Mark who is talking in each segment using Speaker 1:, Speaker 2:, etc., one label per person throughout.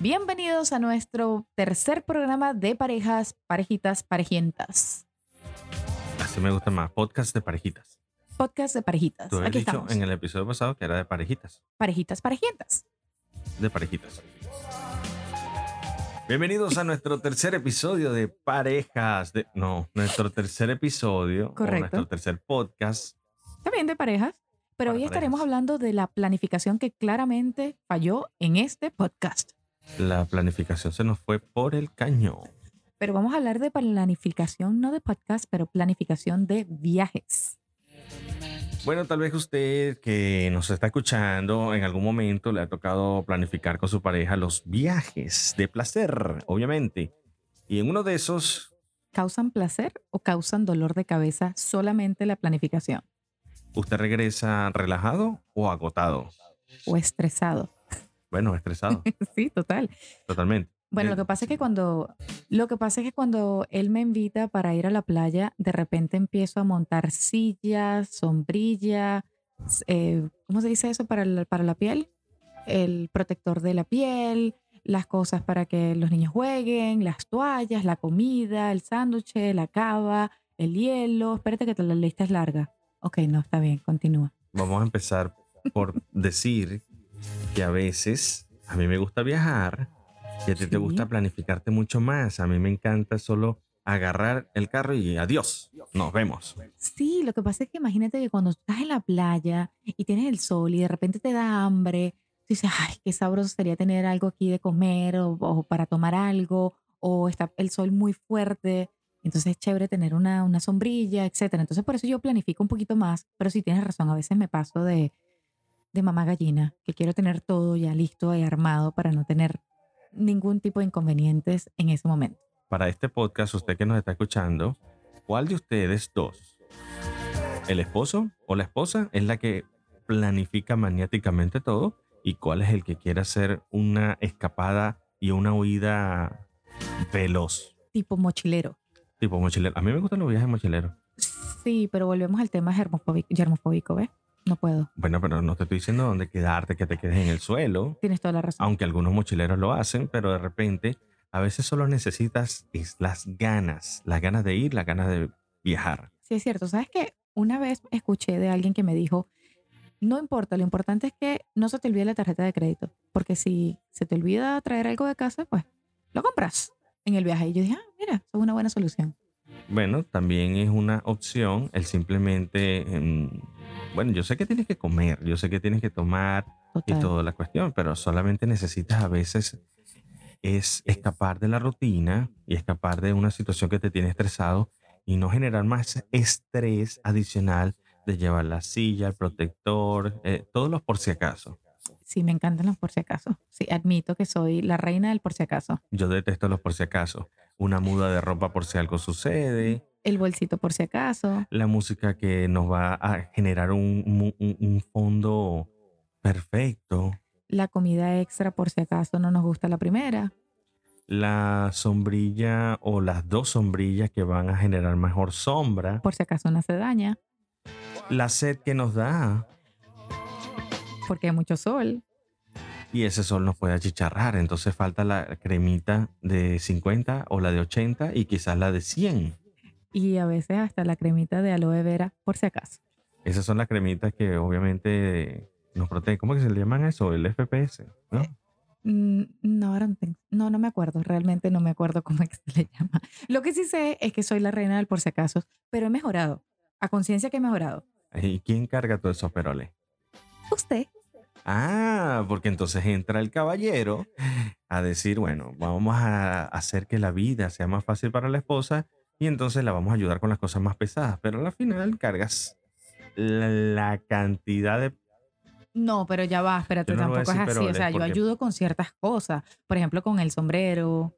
Speaker 1: Bienvenidos a nuestro tercer programa de parejas, parejitas, parejientas.
Speaker 2: Así me gusta más. Podcast de parejitas.
Speaker 1: Podcast de parejitas.
Speaker 2: Tú habías
Speaker 1: Aquí
Speaker 2: dicho
Speaker 1: estamos.
Speaker 2: en el episodio pasado que era de parejitas.
Speaker 1: Parejitas, parejientas.
Speaker 2: De parejitas. Bienvenidos a nuestro tercer episodio de parejas. De, no, nuestro tercer episodio.
Speaker 1: Correcto.
Speaker 2: O nuestro tercer podcast.
Speaker 1: También de parejas. Pero
Speaker 2: Para
Speaker 1: hoy estaremos
Speaker 2: parejas.
Speaker 1: hablando de la planificación que claramente falló en este podcast.
Speaker 2: La planificación se nos fue por el cañón.
Speaker 1: Pero vamos a hablar de planificación, no de podcast, pero planificación de viajes.
Speaker 2: Bueno, tal vez usted que nos está escuchando en algún momento le ha tocado planificar con su pareja los viajes de placer, obviamente. Y en uno de esos
Speaker 1: ¿Causan placer o causan dolor de cabeza solamente la planificación?
Speaker 2: ¿Usted regresa relajado o agotado?
Speaker 1: ¿O estresado?
Speaker 2: Bueno, estresado,
Speaker 1: sí, total.
Speaker 2: totalmente.
Speaker 1: Bueno, lo que pasa es que cuando lo que pasa es que cuando él me invita para ir a la playa, de repente empiezo a montar sillas, sombrilla, s- eh, ¿cómo se dice eso para la, para la piel? El protector de la piel, las cosas para que los niños jueguen, las toallas, la comida, el sándwich, la cava, el hielo. Espérate que la lista es larga. Ok, no, está bien, continúa.
Speaker 2: Vamos a empezar por decir que a veces a mí me gusta viajar y a ti
Speaker 1: Sí.
Speaker 2: te gusta planificarte mucho más. A mí me encanta solo agarrar el carro y adiós, nos vemos.
Speaker 1: Sí, lo que pasa es que imagínate que cuando estás en la playa y tienes el sol y de repente te da hambre, tú dices, ay, qué sabroso sería tener algo aquí de comer o, o para tomar algo, o está el sol muy fuerte, entonces es chévere tener una, una sombrilla, etcétera. Entonces por eso yo planifico un poquito más, pero sí tienes razón, a veces me paso de, de mamá gallina, que quiero tener todo ya listo y armado para no tener ningún tipo de inconvenientes en ese momento.
Speaker 2: Para este podcast, usted que nos está escuchando, ¿cuál de ustedes dos, el esposo o la esposa, es la que planifica maniáticamente todo? ¿Y cuál es el que quiere hacer una escapada y una huida veloz?
Speaker 1: Tipo mochilero.
Speaker 2: Tipo mochilero. A mí me gustan los viajes mochileros.
Speaker 1: Sí, pero volvemos al tema germofóbico, germofóbico, ¿ves? No puedo.
Speaker 2: Bueno, pero no te estoy diciendo dónde quedarte, que te quedes en el suelo,
Speaker 1: Tienes toda la razón.
Speaker 2: aunque algunos mochileros lo hacen, pero de repente a veces solo necesitas es las ganas, las ganas de ir, las ganas de viajar.
Speaker 1: Sí, es cierto. ¿Sabes qué? Una vez escuché de alguien que me dijo, no importa, lo importante es que no se te olvide la tarjeta de crédito, porque si se te olvida traer algo de casa, pues lo compras en el viaje. Y yo dije, ah, mira, eso es una buena solución.
Speaker 2: Bueno, también es una opción el simplemente, em, bueno, yo sé que tienes que comer, yo sé que tienes que tomar y
Speaker 1: Total.
Speaker 2: toda la cuestión, pero solamente necesitas a veces es escapar de la rutina y escapar de una situación que te tiene estresado y no generar más estrés adicional de llevar la silla, el protector, eh, todos los por si acaso.
Speaker 1: Sí, me encantan los por si acaso. Sí, admito que soy la reina del por si acaso.
Speaker 2: Yo detesto los por si acaso. Una muda de ropa por si algo sucede.
Speaker 1: El bolsito por si acaso.
Speaker 2: la música que nos va a generar un, mu- un- un fondo perfecto,
Speaker 1: La comida extra por si acaso no nos gusta la primera.
Speaker 2: la sombrilla o las dos sombrillas que van a generar mejor sombra,
Speaker 1: Por si acaso no se daña.
Speaker 2: la sed que nos da
Speaker 1: Porque hay mucho sol.
Speaker 2: y ese sol nos puede achicharrar, entonces falta la cremita de 50 o la de 80 y quizás la de 100.
Speaker 1: y a veces hasta la cremita de aloe vera, por si acaso.
Speaker 2: Esas son las cremitas que obviamente nos protegen. ¿Cómo que se le llaman eso? El FPS, ¿no?
Speaker 1: Mm, No, ahora no, tengo- no, no me acuerdo, realmente no me acuerdo cómo es que se le llama. Lo que sí sé es que soy la reina del por si acaso, pero he mejorado, a conciencia que he mejorado.
Speaker 2: ¿Y quién carga todos esos peroles?
Speaker 1: Usted,
Speaker 2: Ah, porque entonces entra el caballero a decir, bueno, vamos a hacer que la vida sea más fácil para la esposa y entonces la vamos a ayudar con las cosas más pesadas, pero al final cargas la, la cantidad de...
Speaker 1: no, pero ya va, espérate,
Speaker 2: Yo no lo voy a
Speaker 1: tampoco es así,
Speaker 2: decir, pero
Speaker 1: o
Speaker 2: les-
Speaker 1: sea, yo
Speaker 2: porque-
Speaker 1: ayudo con ciertas cosas, por ejemplo, con el sombrero,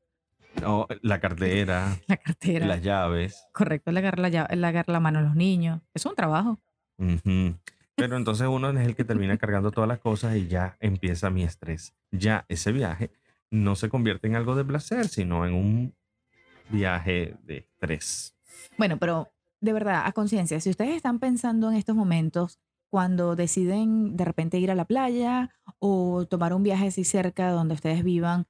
Speaker 2: oh, la cartera,
Speaker 1: la cartera,
Speaker 2: las llaves.
Speaker 1: correcto, el agarrar la, llave- el agarrar la mano a los niños, es un trabajo.
Speaker 2: ujú. Pero entonces uno es el que termina cargando todas las cosas y ya empieza mi estrés. Ya ese viaje no se convierte en algo de placer, sino en un viaje de estrés.
Speaker 1: Bueno, pero de verdad, a conciencia, si ustedes están pensando en estos momentos, cuando deciden de repente ir a la playa o tomar un viaje así cerca de donde ustedes vivan,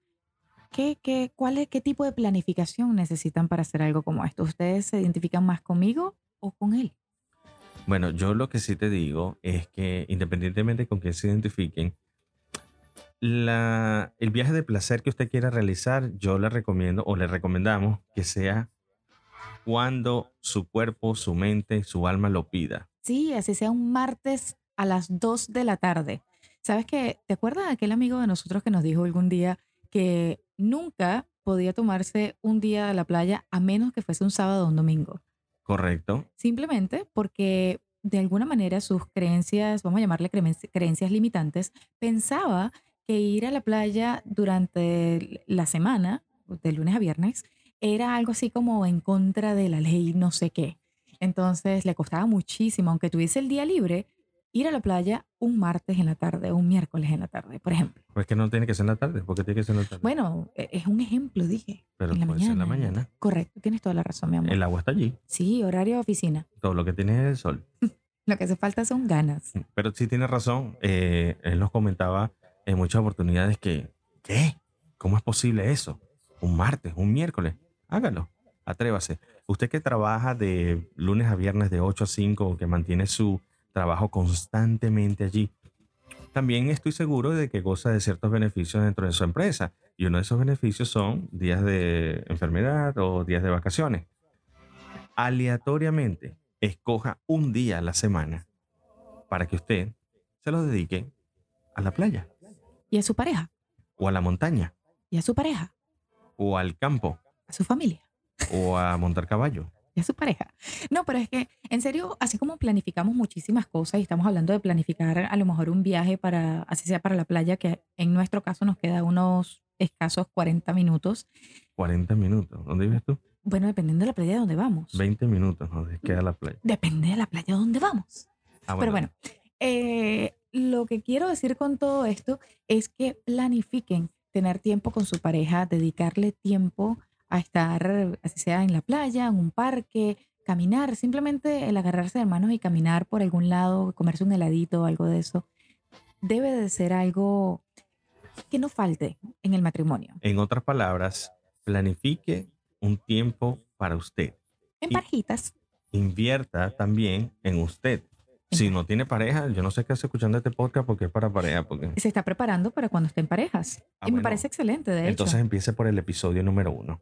Speaker 1: ¿Qué, qué, cuál es, ¿Qué tipo de planificación necesitan para hacer algo como esto? ¿Ustedes se identifican más conmigo o con él?
Speaker 2: Bueno, yo lo que sí te digo es que independientemente con quién se identifiquen, la- el viaje de placer que usted quiera realizar, yo le recomiendo o le recomendamos que sea cuando su cuerpo, su mente, su alma lo pida.
Speaker 1: Sí, así sea un martes a las 2 de la tarde. ¿Sabes qué? ¿Te acuerdas de aquel amigo de nosotros que nos dijo algún día que nunca podía tomarse un día de la playa a menos que fuese un sábado o un domingo?
Speaker 2: ¿Correcto?
Speaker 1: Simplemente porque de alguna manera sus creencias, vamos a llamarle cremen- creencias limitantes, pensaba que ir a la playa durante l- la semana, de lunes a viernes, era algo así como en contra de la ley, no sé qué. Entonces le costaba muchísimo, aunque tuviese el día libre, ir a la playa un martes en la tarde, un miércoles en la tarde, por ejemplo.
Speaker 2: Pues que no tiene que ser en la tarde, porque tiene que ser en la tarde.
Speaker 1: Bueno, e- es un ejemplo, dije.
Speaker 2: Pero
Speaker 1: En la
Speaker 2: puede ser en la
Speaker 1: mañana. en
Speaker 2: mañana.
Speaker 1: Correcto, tienes toda la razón, mi amor.
Speaker 2: El agua está allí,
Speaker 1: Sí, horario de oficina.
Speaker 2: todo lo que tiene es el sol.
Speaker 1: Lo que hace falta son ganas.
Speaker 2: Pero sí tiene razón, eh, él nos comentaba en muchas oportunidades que, ¿qué? ¿Cómo es posible eso? Un martes, un miércoles, hágalo, atrévase. Usted que trabaja de lunes a viernes de 8 a 5, o que mantiene su trabajo constantemente allí, también estoy seguro de que goza de ciertos beneficios dentro de su empresa. Y uno de esos beneficios son días de enfermedad o días de vacaciones. Aleatoriamente, escoja un día a la semana para que usted se los dedique a la playa
Speaker 1: y a su pareja,
Speaker 2: o a la montaña
Speaker 1: y a su pareja,
Speaker 2: o al campo
Speaker 1: a su familia,
Speaker 2: o a montar caballo.
Speaker 1: y a su pareja. No, pero es que, en serio, así como planificamos muchísimas cosas y estamos hablando de planificar a lo mejor un viaje para, así sea para la playa, que en nuestro caso nos queda unos escasos 40 minutos.
Speaker 2: 40 minutos. ¿Dónde vives tú?
Speaker 1: Bueno, dependiendo de la playa de donde vamos.
Speaker 2: 20 minutos. ¿Dónde queda la playa?
Speaker 1: Depende de la playa donde vamos.
Speaker 2: Ah,
Speaker 1: Pero bueno, eh, lo que quiero decir con todo esto es que planifiquen tener tiempo con su pareja, dedicarle tiempo a estar, así sea en la playa, en un parque, caminar, simplemente el agarrarse de manos y caminar por algún lado, comerse un heladito o algo de eso, debe de ser algo que no falte en el matrimonio.
Speaker 2: En otras palabras, planifique un tiempo para usted.
Speaker 1: En
Speaker 2: Y-
Speaker 1: parejitas,
Speaker 2: Invierta también en usted. Si no tiene pareja, yo no sé qué hace escuchando este podcast porque es para pareja. Porque...
Speaker 1: se está preparando para cuando estén parejas.
Speaker 2: Ah,
Speaker 1: y me
Speaker 2: bueno.
Speaker 1: parece excelente, de hecho.
Speaker 2: Entonces empiece por el episodio número uno.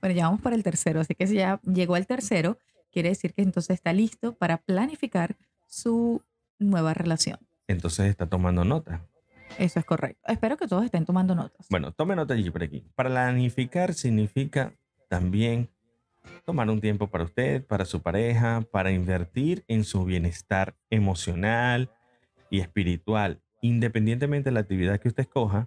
Speaker 1: Bueno, ya vamos por el tercero, así que si ya llegó al tercero, quiere decir que entonces está listo para planificar su nueva relación.
Speaker 2: Entonces está tomando nota.
Speaker 1: Eso es correcto. Espero que todos estén tomando notas.
Speaker 2: Bueno, tome nota allí por aquí. Planificar significa también tomar un tiempo para usted, para su pareja, para invertir en su bienestar emocional y espiritual, independientemente de la actividad que usted escoja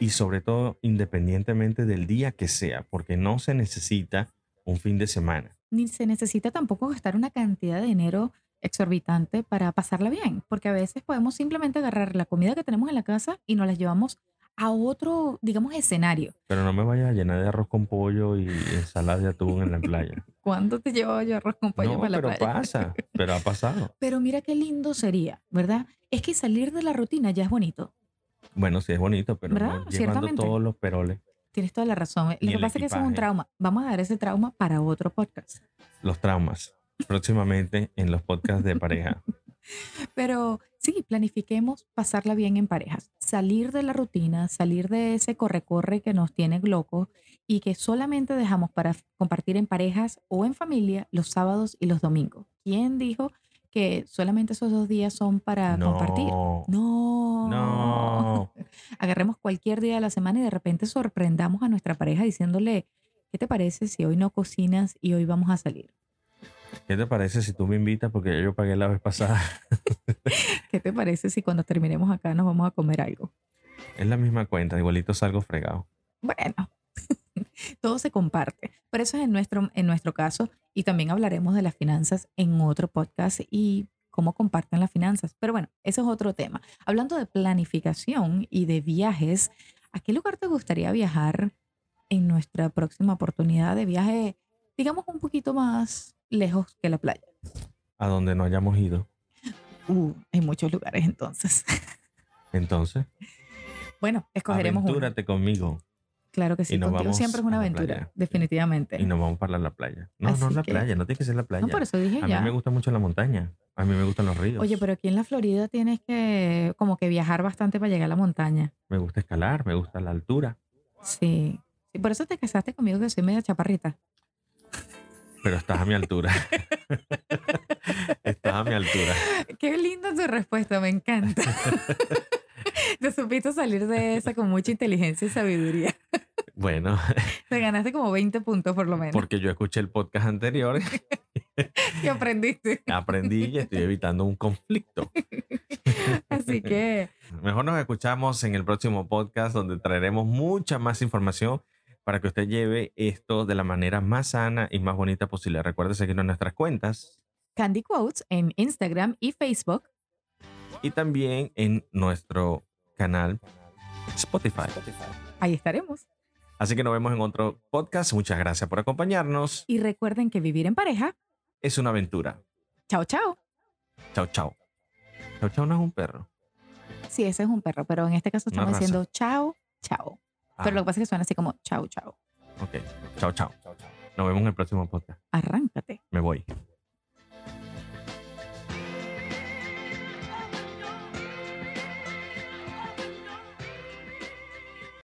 Speaker 2: y sobre todo independientemente del día que sea, porque no se necesita un fin de semana.
Speaker 1: Ni se necesita tampoco gastar una cantidad de dinero exorbitante para pasarla bien, porque a veces podemos simplemente agarrar la comida que tenemos en la casa y nos la llevamos a otro, digamos, escenario.
Speaker 2: Pero no me vayas a llenar de arroz con pollo y ensalada de atún en la playa.
Speaker 1: ¿Cuándo te llevo yo arroz con pollo
Speaker 2: No,
Speaker 1: para la
Speaker 2: pero
Speaker 1: playa?
Speaker 2: pasa, pero ha pasado.
Speaker 1: Pero mira qué lindo sería, ¿verdad? Es que salir de la rutina ya es bonito.
Speaker 2: Bueno, sí es bonito, pero
Speaker 1: ¿Verdad?
Speaker 2: no llevando
Speaker 1: Ciertamente.
Speaker 2: todos los peroles,
Speaker 1: Tienes toda la razón. eh.
Speaker 2: Y
Speaker 1: Lo que
Speaker 2: el
Speaker 1: pasa es que eso es un
Speaker 2: equipaje.
Speaker 1: trauma. Vamos a dar ese trauma para otro podcast.
Speaker 2: los traumas. Próximamente en los podcasts de pareja.
Speaker 1: Pero sí, planifiquemos pasarla bien en parejas. Salir de la rutina, salir de ese corre-corre que nos tiene locos y que solamente dejamos para f- compartir en parejas o en familia los sábados y los domingos. ¿Quién dijo que solamente esos dos días son para compartir?
Speaker 2: No,
Speaker 1: No.
Speaker 2: no.
Speaker 1: agarremos cualquier día de la semana y de repente sorprendamos a nuestra pareja diciéndole, ¿qué te parece si hoy no cocinas y hoy vamos a salir?
Speaker 2: ¿Qué te parece si tú me invitas? Porque ya yo pagué la vez pasada.
Speaker 1: ¿Qué te parece si cuando terminemos acá nos vamos a comer algo?
Speaker 2: Es la misma cuenta, igualito salgo fregado.
Speaker 1: Bueno, todo se comparte, pero eso es en nuestro, en nuestro caso y también hablaremos de las finanzas en otro podcast y cómo comparten las finanzas. Pero bueno, eso es otro tema. Hablando de planificación y de viajes, ¿a qué lugar te gustaría viajar en nuestra próxima oportunidad de viaje, digamos un poquito más lejos que la playa?
Speaker 2: A donde no hayamos ido.
Speaker 1: Uh, hay muchos lugares entonces.
Speaker 2: Entonces,
Speaker 1: Bueno, escogeremos uno.
Speaker 2: Aventúrate conmigo
Speaker 1: Claro que
Speaker 2: y
Speaker 1: sí,
Speaker 2: nos
Speaker 1: contigo
Speaker 2: vamos
Speaker 1: siempre es una
Speaker 2: a la
Speaker 1: aventura,
Speaker 2: playa.
Speaker 1: definitivamente.
Speaker 2: y nos vamos para la playa. No, no
Speaker 1: Así
Speaker 2: la
Speaker 1: que-
Speaker 2: playa, no tiene que ser la playa.
Speaker 1: no, por eso dije
Speaker 2: a mí
Speaker 1: ya.
Speaker 2: me gusta mucho la montaña. A mí me gustan los ríos.
Speaker 1: Oye, pero aquí en la Florida tienes que como que viajar bastante para llegar a la montaña.
Speaker 2: Me gusta escalar, me gusta la altura.
Speaker 1: Sí. Sí, por eso te casaste conmigo que soy media chaparrita.
Speaker 2: Pero estás a mi altura. estás a mi altura.
Speaker 1: Qué linda tu respuesta, me encanta. te supiste salir de esa con mucha inteligencia y sabiduría.
Speaker 2: Bueno,
Speaker 1: Te ganaste como 20 puntos por lo menos.
Speaker 2: porque yo escuché el podcast anterior,
Speaker 1: que aprendiste.
Speaker 2: aprendí y estoy evitando un conflicto.
Speaker 1: Así que
Speaker 2: Mejor nos escuchamos en el próximo podcast donde traeremos mucha más información para que usted lleve esto de la manera más sana y más bonita posible. Recuerde seguirnos en nuestras cuentas
Speaker 1: Candy Quotes en Instagram y Facebook.
Speaker 2: y también en nuestro canal Spotify.
Speaker 1: Ahí estaremos.
Speaker 2: Así que nos vemos en otro podcast. Muchas gracias por acompañarnos.
Speaker 1: Y recuerden que vivir en pareja.
Speaker 2: Es una aventura.
Speaker 1: Chao, chao.
Speaker 2: Chao, chao. Chao, chao no es un perro.
Speaker 1: Sí, ese es un perro, pero en este caso
Speaker 2: Una
Speaker 1: estamos
Speaker 2: raza.
Speaker 1: diciendo chao, chao.
Speaker 2: Ah,
Speaker 1: Pero lo que pasa es que suena así como chao, chao.
Speaker 2: Ok. Chao, chao. Nos vemos en el próximo podcast.
Speaker 1: Arráncate.
Speaker 2: Me voy.